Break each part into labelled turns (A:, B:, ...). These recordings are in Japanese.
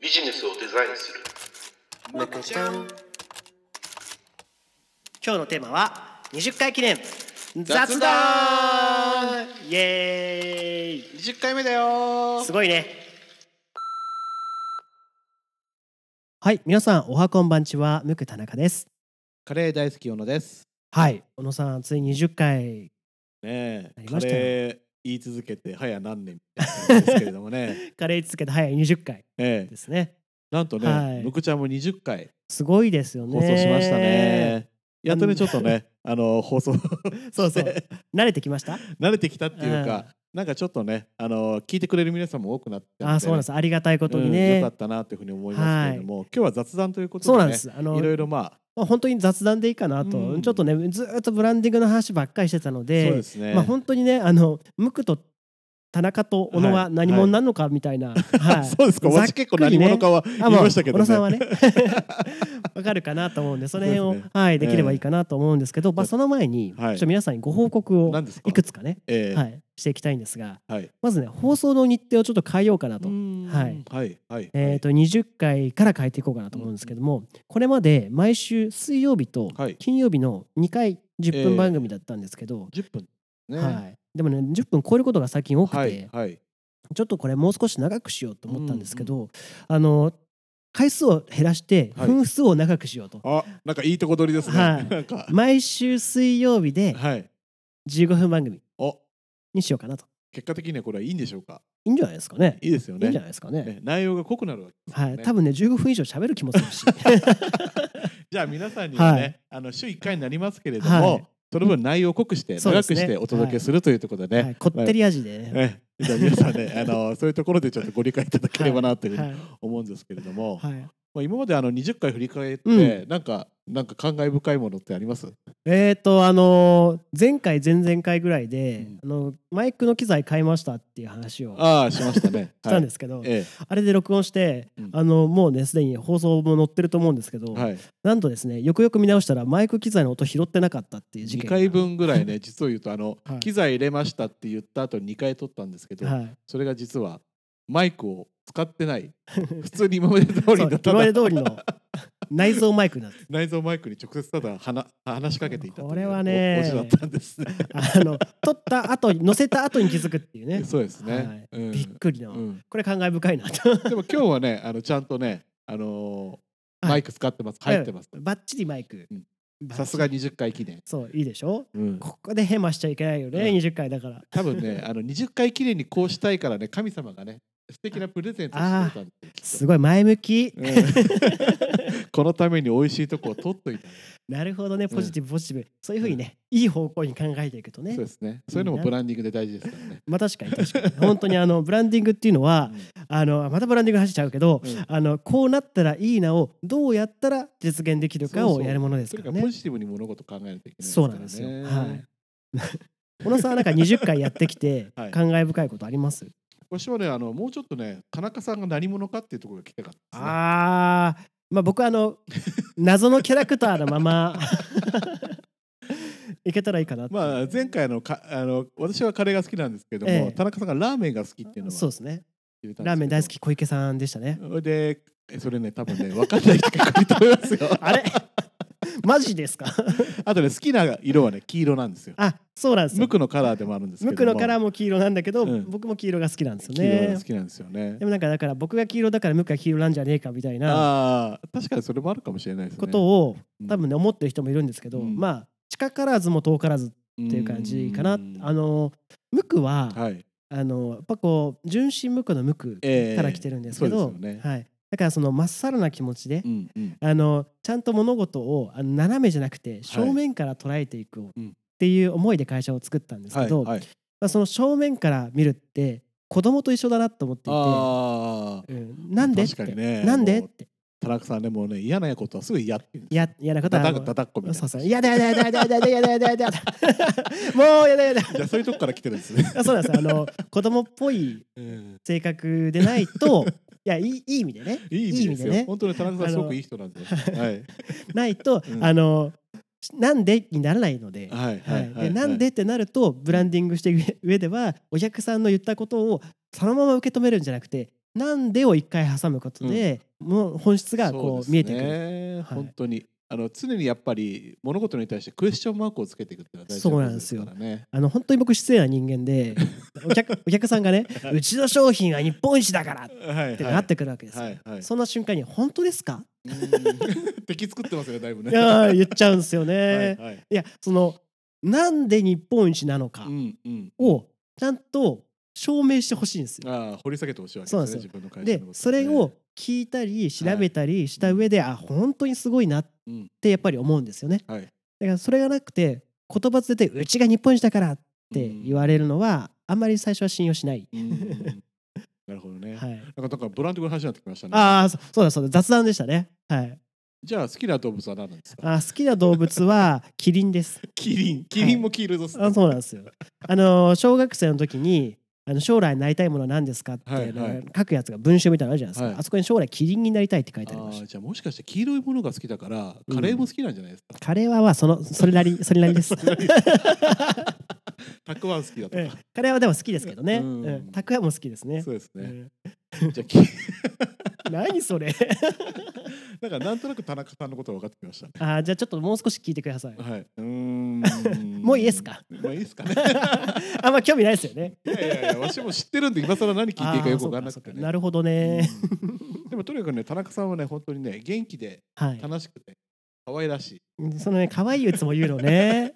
A: ビジネスをデザインする
B: むくちゃん
C: 今日のテーマは20回記念
B: 雑
C: 雑
B: 談
C: 談イエーイ
B: 20回目だよ
C: すごいねはい皆さんおはこんばんちはむく田中です
B: カレー大好き小野です
C: はい小野さんついに20回
B: ね
C: な
B: え
C: り
B: カ
C: ましたよ
B: レー言い続けて早何年みたいな感じですけれどもね、
C: カレー続けて早い20回
B: ええ
C: ですね
B: なんとね、
C: はい
B: むくちゃんも20回
C: すごいですよね
B: 放送しましたねやっと
C: う
B: ね
C: ん
B: ちょっとねあの放送
C: そうそう
B: して
C: 慣れてきました
B: 慣れてきたっていうか、なんかちょっとねあの聞いてくれる皆さんも多くなってきたで
C: あそうなんですありがたいことに
B: うん
C: ね
B: よかったなというふうに思いますけれども、今日は雑談ということで、ね、
C: そうなんですあの
B: いろいろまあ
C: まあ本当に雑談でいいかなと、
B: うん
C: ちょっとねずーっとブランディングの話ばっかりしてたので
B: そうですね、
C: まあ本当にねあのムクと田中と小野
B: は
C: はい何者なのかみたい な、はい
B: そうですか
C: ざっくりね
B: 私結構何者かは言い
C: あもう
B: ましたけど
C: 小野さんは
B: ね
C: ねわかるかなと思うんでその辺
B: そう
C: を
B: ですね
C: はいできればいいかなと思うんですけど、まあその前に、
B: は
C: ちょ
B: い
C: っと皆さんにご報告を
B: 何ですか
C: いくつかね
B: ええ
C: はいしていきたいんですが
B: はい
C: まずね放送の日程をちょっと変えようかなと。
B: はいはいはい
C: えー、と20回から変えていこうかなと思うんですけども、これまで毎週水曜日と
B: はい
C: 金曜日の2回10
B: ええ
C: 分番組だったんですけど、
B: 10分ね
C: はい、でもね10分超えることが最近多くて、
B: はいはい
C: ちょっとこれもう少し長くしようと思ったんですけど、あの回数を減らして
B: はい
C: 分数を長くしようと、
B: あなんかいいとこ取りですね
C: はい
B: なんか
C: 毎週水曜日で
B: はい
C: 15分番組
B: お
C: にしようかなと
B: 結果的にはこれはいいんでしょうか
C: いいんじゃないですかね
B: いいですよ
C: いいんじゃ
B: ね
C: ないですかね
B: ね内容が濃くなるわけですよ
C: はい
B: ね
C: 多分ね15分以上喋る気もするし
B: じゃあ皆さんには
C: はい
B: ねあの週1回になりますけれど
C: は
B: も
C: い
B: その分内容を濃くして
C: そう
B: 長
C: です
B: く
C: ね
B: してお届けするということで
C: は
B: ね
C: い、 こってり味でね、
B: ええじゃあ皆さんねあのそういうところでちょっとご理解いただければなというふう
C: は
B: に
C: い
B: 思うんですけれども
C: はい、
B: まあ今まであの20回振り返って、
C: う
B: なんかなんか感慨深いものってあります？
C: えーとあのー前回前々回ぐらいで
B: うん、
C: あのマイクの機材買いましたっていう話を
B: ああしましたね。。
C: したんですすけど、
B: え
C: あれで録音して、
B: うん
C: あのもうねすでに放送も載ってると思うんですけど、
B: え、はい。
C: なんとですねよくよく見直したらマイク機材の音拾ってなかったっていう事
B: 2
C: 件が
B: 回分ぐらいね実を言うとあの、
C: はい
B: 機材入れましたって言った後に2回撮ったんですけど、
C: はい、
B: それが実はマイクを使ってない 普通に今まで通り
C: そ
B: の
C: う
B: た
C: 今ま
B: だ
C: で通りの 内蔵マイクになって
B: 内蔵マイクに直接ただ話話しかけていたという
C: これはね
B: おおじだったんですね。
C: あの撮った後に載せた後に気づくっていうね
B: そうですね。
C: はい
B: うん
C: びっくりの、
B: うん
C: これ感慨深いなと
B: でも今日はねあのちゃんとねあ
C: は
B: のー
C: い
B: マイク使ってます入ってます。
C: バッチリマイク
B: うん
C: バッチリ
B: さすが20回記念。
C: そういいでしょ
B: うん
C: ここでヘマしちゃいけないよね、
B: うん
C: 20回だから
B: 多分ねあの20回記念にこうしたいからね神様がね素敵なプレゼントをしてくれたんです
C: すごい前向き、
B: よきっとうん このために美味しいとこを取っといた、
C: なるほどねポジティブ、ポジティブそういうふうにね、いい方向に考えていくとね
B: そうですねそういうのもブランディングで大事ですからね、
C: まあ確かに確かに本当にあのブランディングっていうのはあのまたブランディング走っちゃうけど、
B: うん
C: あのこうなったらいいなをどうやったら実現できるか
B: そうそ
C: を
B: う
C: やるものです
B: そ
C: か
B: れ
C: ら
B: からポ
C: ね。
B: ジティブに物事を考えないといけない
C: そうなんですよ。
B: からね
C: はい。小野さんはなんか20回やってきて
B: はい
C: 感慨深いことあります？
B: 私はねあのもうちょっとね田中さんが何者かっていうところが聞きたかったですね
C: ああ、まあ僕はあの謎のキャラクターのま ま いけたらいいかなって。
B: まあ、前回のかあの私はカレーが好きなんですけども、
C: ええ
B: 田中さんがラーメンが好きっていうのは
C: そうですね。
B: 入れたんですけど
C: ラーメン大好き小池さんでしたね。
B: でそれね多分ね分かんない人が来ると思いますよ
C: あれマジです か
B: あとね好きな色はね黄色なんですよ。
C: あそうなんです
B: 無
C: よ
B: 垢のカラーでもあるんですけど
C: ム
B: も。
C: クのカラーも黄色なんだけど、
B: うん
C: 僕も黄色が好きなんですよ
B: 黄色
C: ね
B: が好きなんですよね
C: で。もなんかだから僕が黄色だからムクが黄色なんじゃねえかみたいな
B: ああ確かにそれもあるかもしれないですね。
C: ことを
B: うん
C: 多分ね思ってる人もいるんですけど、
B: うん
C: まあ近からずも遠からずっ
B: って
C: いう感じかなあのムクは、
B: はい。
C: あのやっぱこう純真無垢の無垢
B: ええ
C: から来てるんですけ
B: そ
C: ど、
B: うですよね
C: はい、だからそのまっさらな気持ちで
B: う、んうん
C: あのちゃんと物事をあの斜めじゃなくて正面から捉えていく
B: うん
C: っていう思いで会社を作ったんですけ
B: はい
C: ど、
B: はい。
C: まあ、その正面から見るって子供と一緒だなと思っていて。
B: ああ
C: うん、なんでっ
B: 確か
C: て、
B: にね
C: なんでっ
B: もう
C: て
B: 田中さんねもうね嫌なことはすぐ嫌って言うんですよ。
C: や嫌なことは
B: だ
C: あ
B: だ
C: の
B: だだっこみたい
C: そう
B: な。
C: そうやだやだやだやだやだやだやだやだやだもうやだやだ
B: じゃあそういうとこから来てるんですね。
C: あそうなんですよあの子供っぽい
B: うん
C: 性格でないといやいいいい意味でね
B: いい意味です
C: いい意味で
B: よ。
C: ね
B: 本当に田中さんすごくいい人なんで。はい
C: ないと、
B: うん
C: あのなんでにならないので、
B: はい
C: は
B: はいいはい。
C: でなんでってなるとブランディングしていく上ではお客さんの言ったことをそのまま受け止めるんじゃなくてなんでを一回挟むことで、もう本質が
B: そう
C: こ
B: です
C: う
B: ね
C: 見えてくる。はい
B: 本当にあの常にやっぱり物事に対してクエスチョンマークをつけていくっていうのは大事
C: そう
B: な
C: なん
B: こ
C: で
B: とですす
C: よ
B: からね。
C: あの本当に僕失礼な人間でお 客お客さんがね「うちの商品は日本一だから!」っ
B: はい
C: てなってくるわけですよ、
B: はいはい。
C: そんな瞬間に「本当ですか?
B: うーん 敵作ってますよねだいぶ」ね。
C: いやー言っちゃうんですよね。
B: はい
C: い
B: はい。
C: やそのなんで日本一なのか
B: うんうん。
C: をちゃんと証明してほしいんですよ。
B: ああ掘り下げてほしいわけです
C: そ
B: ね
C: うなんです
B: 自分の会社の
C: で
B: ことね
C: それを聞いたり調べたりした上で、あ本当にすごいなっ
B: うん
C: てやっぱり思うんですよね。
B: はい
C: だからそれがなくて言葉つでうちが日本一だから」って言われるのは、あんまり最初は信用しない。
B: うんうんなるほどね。
C: はい、
B: なんかなんかブランディングの話になってきましたね。
C: ああそそうだそうだ雑談でしたね。はい、
B: じゃあ好きな動物は何なんですか。
C: あー好きな動物はキリンです。
B: キリンキリンもキールドス。
C: あそうなんですよ。あのー小学生の時にあの将来なりたいものは何ですかって、
B: はいはい
C: なんか書くやつが文集みたいなのあるじゃないですか、
B: はい
C: あそこに将来キリンになりたいって書いてありま
B: あ
C: し
B: あ
C: た
B: じゃあもしかして黄色いものが好きだからカレーも好きなんじゃないですか。
C: カレーはまあそのそれなりそれなりです
B: たくあん好きだと
C: ええ
B: か。
C: カレーはでも好きですけどね、う
B: うん
C: んたくあんも好きですね
B: そうですね。じゃあき
C: うん何そ れ
B: なんかなんとなく田中さんのことは分かってきましたね。
C: あーじゃあちょっともう少し聞いてくだ さい
B: はい。うーん
C: もういいですか。
B: もういいですかね。
C: あんま興味ないですよね
B: いやいやいや、私も知ってるんで、今更何聞いていいかよく分からな
C: あーそう
B: く
C: そ
B: て
C: う
B: ね。
C: なるほどね、
B: うんでもとにかくね、田中さんはね、本当にね、元気で
C: はい
B: 楽しくて可愛らしい。
C: そのね可愛いいつも言うの ね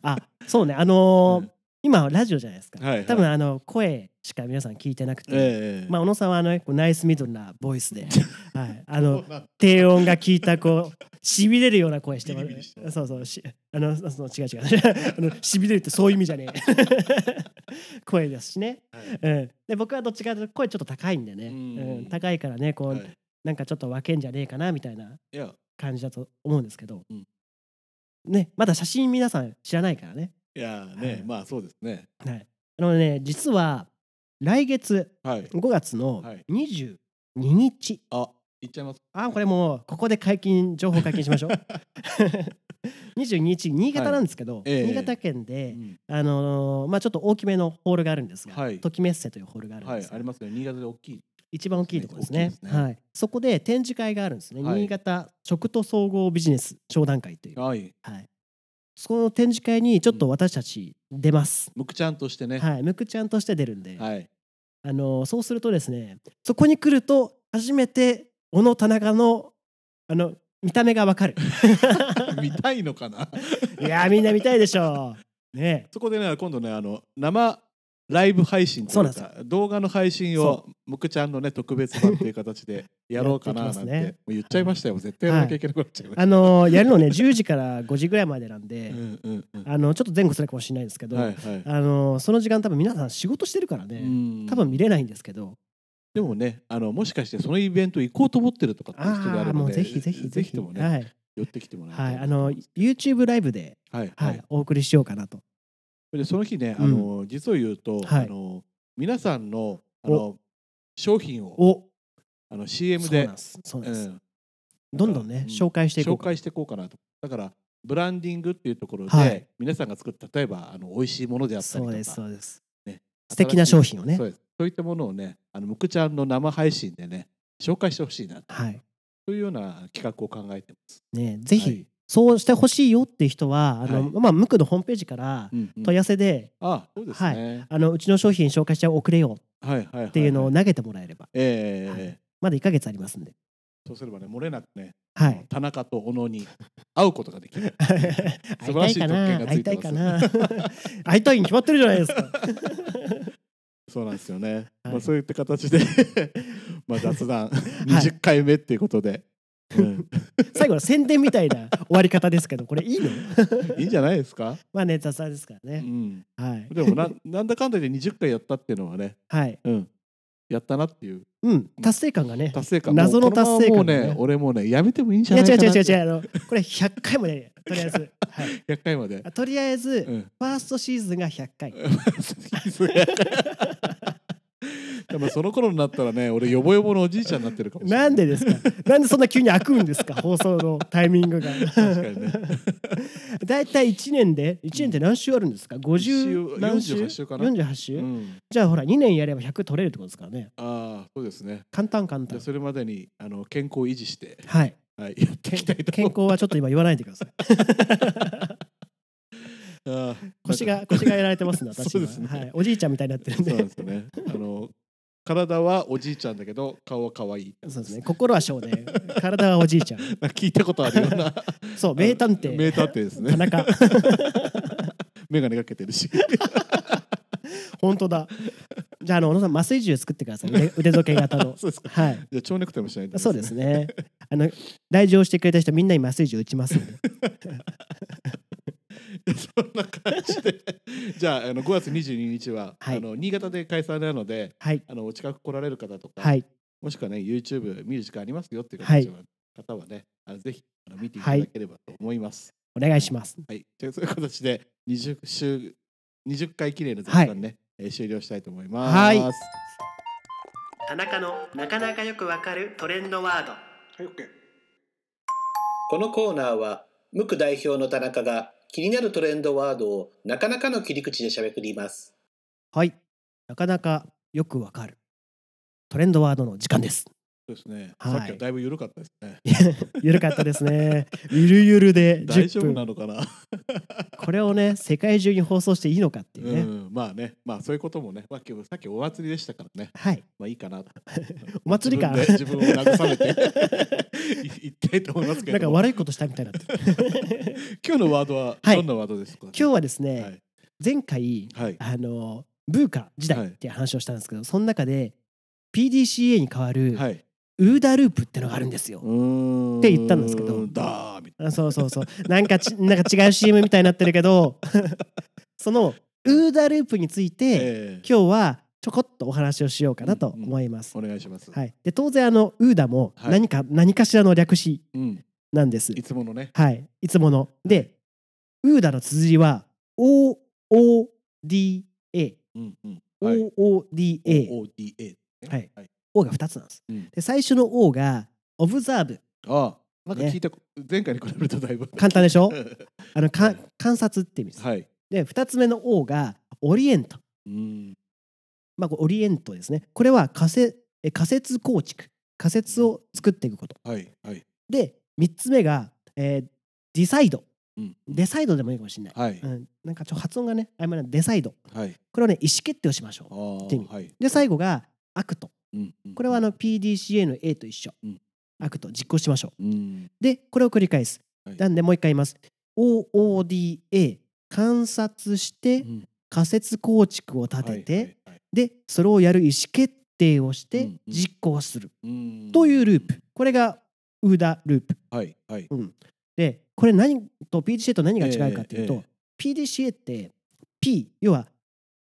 C: あそうねあのー
B: うん
C: 今ラジオじゃないですか、
B: はいはい
C: 多分あの声しか皆さん聞いてなくて、
B: え
C: まあ、小野さんはあのこうナイスミドルなボイスで、 はい、あ
B: あ
C: の低音が効いたこうしびれるような声してま
B: ビリビリして
C: すそうそうしあのその違う違う あのしびれるってそういう意味じゃねえ 声ですしね、
B: はい
C: うん、で僕はどっちかというと声ちょっと高いんでね、
B: う
C: うんん高いからねこう、
B: はい
C: なんかちょっと分けんじゃねえかなみたいない
B: や、
C: 感じだと思うんですけど、
B: うん
C: ねまだ写真皆さん知らないからね
B: いやー
C: は
B: ね
C: い、
B: まあそうですね。
C: はいあのね実は来月
B: はい。
C: 5月の
B: はい
C: 22日、
B: あ、言っちゃいます。
C: あこれもうここで解禁情報解禁しましょう 22日新潟なんですけど、
B: ええ
C: 新潟県
B: う
C: で、
B: ん
C: あのーまあ、ちょっと大きめのホールがあるんですが、
B: はい
C: ときメッセというホールがあるん
B: は
C: で
B: い
C: す、、
B: ありますね。新潟で大きい。
C: 一番大きいところですね
B: 大きいですね
C: はい、そこで展示会があるんですね、
B: はい
C: 新潟食と総合ビジネス商談会という、
B: はい。
C: はい、そこの展示会にちょっと私たち出ます、
B: むくちゃんとしてね。
C: はい、むくちゃんとして出るんで、
B: はい。
C: あのそうするとですねそこに来ると初めて小野田中のあの見た目がわかる
B: 見たいのかな。
C: いやーみんな見たいでしょうね
B: そこでね、今度ね、あの生ライブ配信という
C: そうな
B: か、動画の配信をむくちゃんのね、特別版という形でやろうかななん、
C: やっててきますね
B: もう言っちゃいましたよ、絶対やらなきゃいけなくなっちゃいました。
C: あのやるのね10時から5時ぐらいまでなんで、
B: うんうんうん
C: あのちょっと前後するかもしれないですけど、
B: はいはい。
C: あのその時間多分皆さん仕事してるからね、
B: うん
C: 多分見れないんですけど
B: でもねあのもしかしてそのイベント行こうと思ってるとかっていう人であ
C: あ
B: る
C: あ
B: の
C: も
B: で
C: うぜひぜひ
B: ぜ
C: ぜ
B: ひ
C: ひ
B: ともね、
C: はい、
B: 寄ってきてもらい
C: は
B: たい
C: い、
B: な
C: あ
B: と思
C: の
B: います
C: YouTube ライブで、
B: はい
C: は
B: はいい
C: お送りしようかなと
B: でその日ねあの、実を言うと、
C: はい
B: あの皆さんのあの商品を
C: お
B: あの CM
C: そう
B: で
C: なんですそうなん
B: う
C: です、
B: ん
C: どんどんね
B: うん
C: 紹介していこ
B: 紹
C: うか
B: 介していこうかなとだからブランディングっていうところで、
C: はい
B: 皆さんが作った例えばあの美味しいものであった
C: そ
B: り
C: うで
B: と
C: す
B: か
C: そうです
B: ね
C: 素敵な商品をね
B: そうですそういったものをねあのむくちゃんの生配信でね紹介してほしいな
C: はい
B: というような企画を考えてます。
C: ねぜひ、
B: はい
C: そうしてほしいよっていう人はあの、
B: はい
C: まあムクのホームページから
B: うんうん
C: 問い合わせで、
B: あそうですね。
C: うあのうちの商品紹介しておくれよ
B: はいはいはいは
C: っていうのを投げてもらえれば、
B: ええ
C: はい
B: ええ
C: まだ1ヶ月ありますんで
B: そうすればね漏れなくね、
C: は
B: あの
C: い
B: 田中と小野に会うことがで き る
C: 会
B: 素
C: い
B: 晴
C: た
B: ら
C: い
B: しい
C: か
B: 特
C: な
B: 権がつ
C: 会
B: い
C: いたい
B: てま
C: か
B: す
C: な会いたいに決まってるじゃないです か
B: そうなんですよね、
C: はい
B: まあ、そういった形で まあ雑談20回目っていうことで、うん、
C: 最後の宣伝みたいな終わり方ですけどこれいいの
B: いいんじゃないですか、
C: まあ ね雑談ですから
B: う
C: ね、
B: ん、
C: はい
B: でもななんだかんだで20回やったっていうのはね、
C: はい
B: うん、やったなっていう
C: うん達成感がね
B: 達成感
C: 謎の達成感
B: もうこのま
C: ね
B: まもうね俺もうねやめてもいいんじ
C: い
B: ゃ
C: や
B: ないか
C: 違う
B: な
C: 違う違う違
B: う
C: うあのこれ100回もやるとりあえず、はい
B: 100回まで
C: あ、とりあえず、
B: う
C: フ
B: ん
C: ァーストシーズンが100回
B: まあその頃になったらね俺よぼよぼのおじいちゃんになってるかもしれな
C: ないんでですかなんでそんな急に開くんですか放送のタイミング が
B: 確 かにね
C: だいたい1年で1年って何週あるんですか50
B: 週
C: 何週
B: 48週かな
C: 48週
B: うん、
C: じゃあほら2年やれば100取れるってことですからね
B: ああそうですね
C: 簡単簡
B: じゃ
C: 単
B: あそれまでにあの健康を維持して、
C: はい
B: はい、やっていきたい と
C: 健
B: 思う
C: 康はちょっと今言わないでくだ さい
B: ああ
C: 腰が腰がやられてます ね私
B: そう
C: は、
B: ですね
C: はい、おじいちゃんみたいになってるん
B: そうなん
C: で
B: ですよねあの体はおじいちゃんだけど顔は可愛い
C: そうですね心は少年体はおじいちゃん
B: なんか聞いたことあるような
C: そう名探偵
B: 名探偵です
C: 田
B: ね
C: 中
B: 眼鏡かけてるし
C: 本当だじゃああの小野さん麻酔銃作ってください 腕腕時計型の
B: そうですか
C: はい
B: じゃあ蝶ネクタイもしないと
C: そうですねあの来場してくれた人みんなに麻酔銃打ちますんで
B: そんな感じで じゃああの5月22日は、
C: はい
B: あの新潟で開催なので
C: はい
B: あのお近く来られる方とか、
C: はい
B: もしくはね YouTube 見る時間ありますよっていう
C: はい
B: 方はね、あのぜひあの見ていただければと思います。
C: お願いします
B: はい、じゃあそういう形で20週20回綺麗な雑談ね、えー終了したいと思います。
C: はい
B: はい
C: 田中のなかなかよくわかるトレンドワード
B: OK
A: このコーナーは無区代表の田中が気になるトレンドワードをなかなかの切り口でしゃべくります
C: はいなかなかよくわかるトレンドワードの時間です
B: そうですね、
C: はい
B: さっきはだいぶ緩かったですね。
C: ゆるかったですねゆるゆるで
B: 大
C: 10
B: 丈夫
C: 分
B: なのかな、
C: これをね世界中に放送していいのかっていう
B: う
C: ね、
B: ん、まあね、まあそういうこともね、まあ、今日さっきお祭りでしたからね、
C: はい
B: まあいいかなと。
C: お祭り感
B: 自分で自分を慰めてい言っていと思いますけ
C: な
B: れ
C: んか
B: ども、
C: 悪いことしたみたいになってる
B: 今日のワードは
C: はい
B: どんなワードですか、
C: 今日はですね、
B: はい
C: 前回
B: はい。
C: あのブーカ時代
B: はい
C: っていう話をしたんですけど、その中で PDCA に代わる
B: はい。
C: ウーダループってのがあるんですよ。
B: っ
C: って言ったんですけど
B: だーみたい
C: あそうそうそうなんかち なんか違う CM みたいになってるけど そのウーダループについ
B: な。
C: て、
B: ええ
C: 今日はちょこっとお話をしようかなと思います。
B: お願いします。
C: はい、で当然あのウーダも
B: はい
C: 何か、何かしらの略詞
B: うん。
C: なんです。
B: いつものね。
C: はい、いつもの。で、ウーダの綴りは OODA。
B: うんうん。はい。
C: OODA。
B: O D A。
C: はい
B: はい。
C: O が2つなんです。
B: うん
C: で、最初の O が Observe。
B: ああ、なんか聞いたこ前回に比べるとだいぶ
C: 簡単でしょ
B: は
C: あのか
B: はい
C: 観察って意味です。
B: い。
C: で、2つ目の O が Orient。
B: うん。
C: まあ、これオリエントですね。これは仮説え仮説構築。仮説を作っていくこと。
B: はいはい。
C: で、3つ目が、えー、ディサイド。
B: うん。
C: デサイドでもいいかもしれない。
B: はい
C: うん、なんかちょっと発音がね、あんまりデサイド。
B: はい。
C: これをね、意思決定をしましょ
B: あ
C: う。
B: あ
C: ってみ
B: はい。
C: で、最後が、アクト。
B: うんうん
C: これはあの PDCA の A と一緒。
B: うん
C: アクト、実行しましょう。
B: うん。
C: で、これを繰り返す。
B: はい
C: なんで、もう一回言います。OODA、観察して
B: う、ん
C: 仮説構築を立てて、。
B: はいはい
C: で、それをやる意思決定をし
B: う
C: て
B: ん、うん
C: 実行する。
B: うん
C: というループ。これが、ウーダループ。
B: はいはい。
C: でこれ何と PDCA と何が違うかっていうと、
B: ええ
C: PDCA って P 要は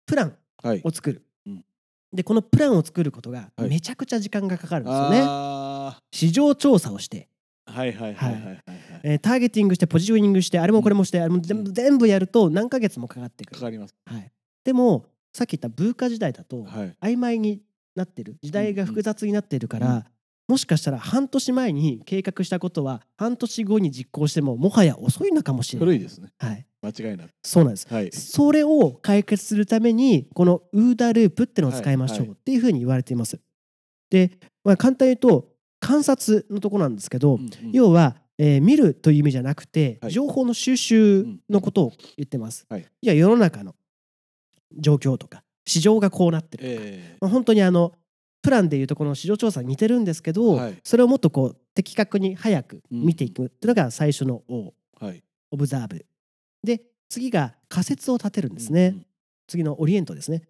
C: プラン
B: はい。
C: を作る、
B: うん
C: でこのプランを作ることが
B: はい
C: めちゃくちゃ時間がかかるんですよね、
B: あ
C: 市場調査をして、
B: あ。はいはいはいはいはいはい。
C: えーターゲティングしてポジショニングしてあれもこれもしてあれも全部,、全部やると何ヶ月もかかってく
B: か
C: る、
B: かります。
C: はい、でもさっき言ったブーカ時代だと
B: はい。
C: 曖昧になってる時代が複雑になってるから、
B: うんうん
C: もしかしたら半年前に計画したことは半年後に実行してももはや遅いのかもしれな
B: 古
C: い、
B: いですね。
C: はい、
B: 間違いなく。
C: そうなんです
B: はい。
C: それを解決するためにこのウーダループってのを使いましょ
B: はいう
C: っていうふうに言われています。で、まあ、簡単に言うと観察のとこなんですけど、要は、えー見るという意味じゃなくて、
B: はい
C: 情報の収集のことを言ってます。
B: はい
C: や世の中の状況とか市場がこうなってるとか、
B: え
C: まあ、本当にあのプランでいうとこの市場調査に似てるんですけど、
B: はい
C: それをもっとこう的確に早く見ていくっていうのが最初の O。
B: えはい。
C: オブザーブで次が仮説を立てるんですね、次のオリエントですね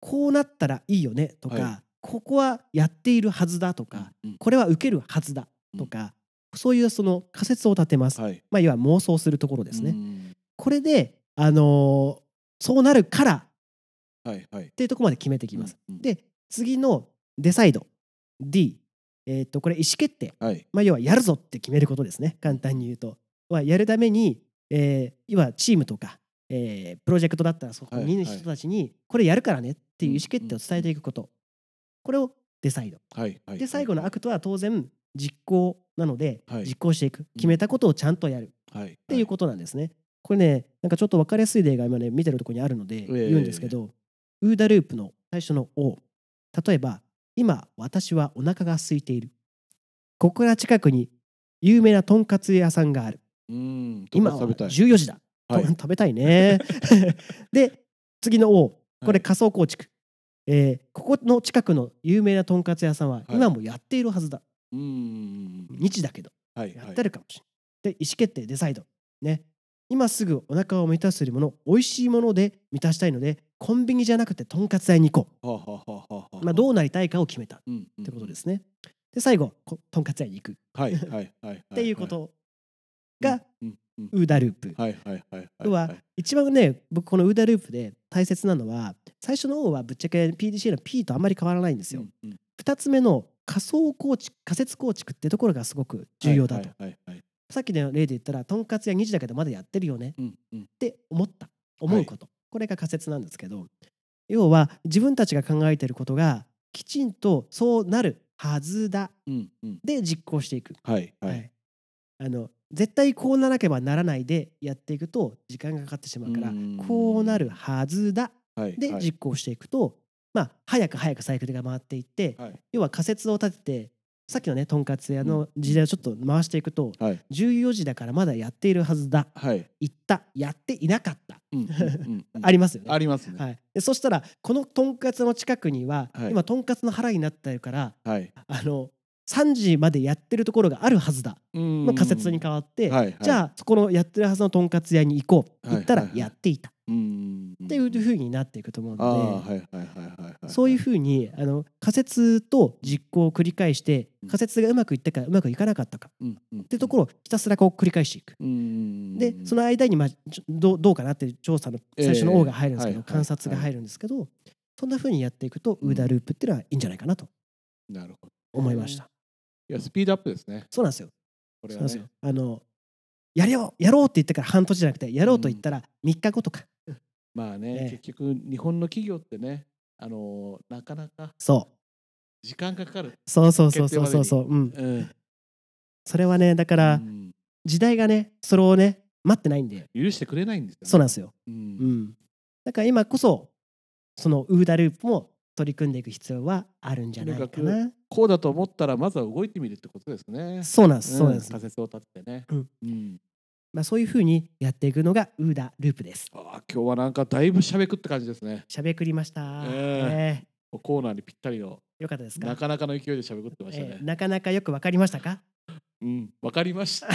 C: こうなったらいいよねとか、
B: は
C: ここはやっているはずだと
B: うん。
C: か、
B: うんうん
C: これは受けるはずだとか、そういうその仮説を立てます、
B: はい。
C: まあいわゆる妄想するところですね、
B: うん
C: これであのーそうなるからっ
B: はいはい。
C: ていうところまで決めていきます、
B: うんうん
C: で次のデサイド D えーっとこれ意思決定
B: はい。
C: まあ、要はやるぞって決めることですね簡単に言うと。はやるために、えー、要はチームとか、えープロジェクトだったらそこ
B: はい
C: にいる
B: はい
C: 人たちにこれやるからねっていう意思決定を
B: うんうん
C: 伝えていくこと、これをデサイド
B: はいはい
C: で最後のア
B: っ
C: クトは当然実行なので
B: はい
C: 実行していく決めたことをちゃんとやるってていうことなんですねこれねなんかちょっと分かりやすい例が今ね見てるとこにあるので
B: え
C: 言うんですけどウーダループの最初の「O」例えば「今私はお腹が空いている」ここから近くに有名なとんかつ屋さんがある
B: うん
C: 今
B: とん
C: は
B: かつ食べた
C: 14
B: い
C: 時だと
B: はい
C: 食べたいねで次の O こ
B: は
C: れ
B: い
C: 仮想構築、えーここの近くの有名なとんかつ屋さんは今もやっているはずだ、
B: うん
C: 日だけど
B: はい
C: や
B: は
C: っ
B: い
C: てるかもしれない、で意思決定デサイドね今すぐお腹を満たすよりもの美味しいもので満たしたいのでコンビニじゃなくてとんかつ屋に行こ
B: はあはあはあはあ
C: う、まあ、どうなりたいかを決めたっ
B: うんうん
C: てことですねで最後ことんかつ屋に行 くっ
B: はいはいはいはい
C: ていうこ
B: は
C: と
B: は
C: が、
B: いうんうん
C: ウーダループ、
B: はいはいはいはい
C: 要は一番ね僕このウーダループで大切なのは最初の方はぶっちゃけ PDC の P とあまり変わらないんですよ、
B: うんうん
C: 2つ目の仮想構築仮説構築ってところがすごく重要だと、
B: はいはいはいはい
C: さっきの例で言ったらとんかつや2時だけどまだやってるよね
B: うんうん
C: って思った思うこと、これが仮説なんですけど要は自分たちが考えてることがきちんとそうなるはずだ
B: うんうん
C: で実行していく、
B: はいはい
C: いあの絶対こうならなければならないでやっていくと時間がかかってしまうから
B: うん
C: こうなるはずだ
B: はい
C: で
B: はい
C: 実行していくと、まあ早く早くサイクルが回っていって、
B: はい
C: 要は仮説を立ててさっきのねとんかつ屋の時代をちょっと回していくと、
B: はい
C: 14時だからまだやっているはずだ
B: はい
C: 言ったやっていなかった、
B: うんうんうんうん
C: ありますよね。
B: ありますね
C: はい、でそしたらこのとんかつの近くには、
B: はい
C: 今とんかつの腹になってるから
B: はい
C: あの3時までやってるところがあるはずだ
B: ま
C: の仮説に変わって、
B: はいはい
C: じゃあそこのやってるはずのとんかつ屋に行こう
B: はい
C: 行ったら
B: はいはい
C: やっていた
B: うん
C: っていうふうになっていくと思う
B: ああ
C: ので、
B: はいはいはいはいはい
C: そういうふうにあの仮説と実行を繰り返して
B: うん
C: 仮説がうまくいったかうまくいかなかったかっ
B: うんうんって
C: いうところをひたすらこう繰り返していく。
B: うん
C: でその間に、まあ、ちょどうどうかなっていう調査の最初の
B: ええ
C: O が入るんですけど、
B: はいはい
C: 観察が入るんですけど、そんな風にやっていくと、
B: うん
C: ウーダループっていうのはいいんじゃないかなと
B: なるほど
C: 思いました。
B: いやスピードアップですね
C: そうなんですよ。
B: こ
C: そ
B: れ
C: う
B: は
C: なんで
B: ね
C: すよ。あのやれよやろうって言ってから半年じゃなくてやろうと言ったら3日後とか、
B: まあ
C: え
B: ね
C: え
B: 結局日本の企業ってねあのーなかなか
C: そ
B: 時間かかる
C: うそうそうそうそうそうそう、うん、
B: うん
C: それはねだから、
B: うん
C: 時代がねそれをね待ってないんで
B: 許してくれないんですよね
C: そうなんですよ。
B: う
C: うんん、だから今こそそのウーダループも取り組んでいく必要はあるんじゃないか
B: とに
C: な。
B: こうだと思ったらまずは動いてみるってことですね
C: そうなんです、そうなんです。
B: 仮説を立ててね
C: うん
B: うん
C: まあ、そういうふうにやっていくのがウーダループです。
B: あー今日はなんかだいぶしゃべくって感じですね
C: しゃべくりました。
B: え
C: え
B: コーナーにぴったりの
C: えよかったですか
B: な。かなかの勢いでしゃべくってました
C: ええ
B: ね
C: なかなかよくわかりましたか。
B: うんわかりました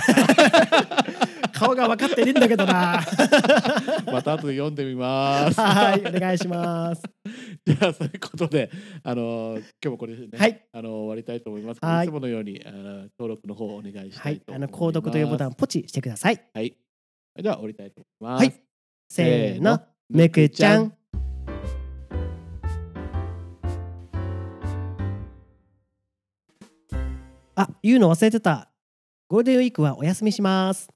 C: 顔が分かってねえんだけどな。
B: また後で読んでみ ます
C: はい、お願いします。
B: じゃあそういうことで、あのー今日もこれでね、
C: はい
B: あのー終わりたいと思います。
C: はい
B: い、つものようにあのー登録の方をお願いし
C: は
B: たい
C: い、
B: と
C: あ
B: 思いま
C: の
B: す。
C: 購読というボタンをポチしてください。
B: はい。では降りたいと思います。
C: はい、せーの、めくちゃん。あ、言うの忘れてた。ゴールデンウィークはお休みします。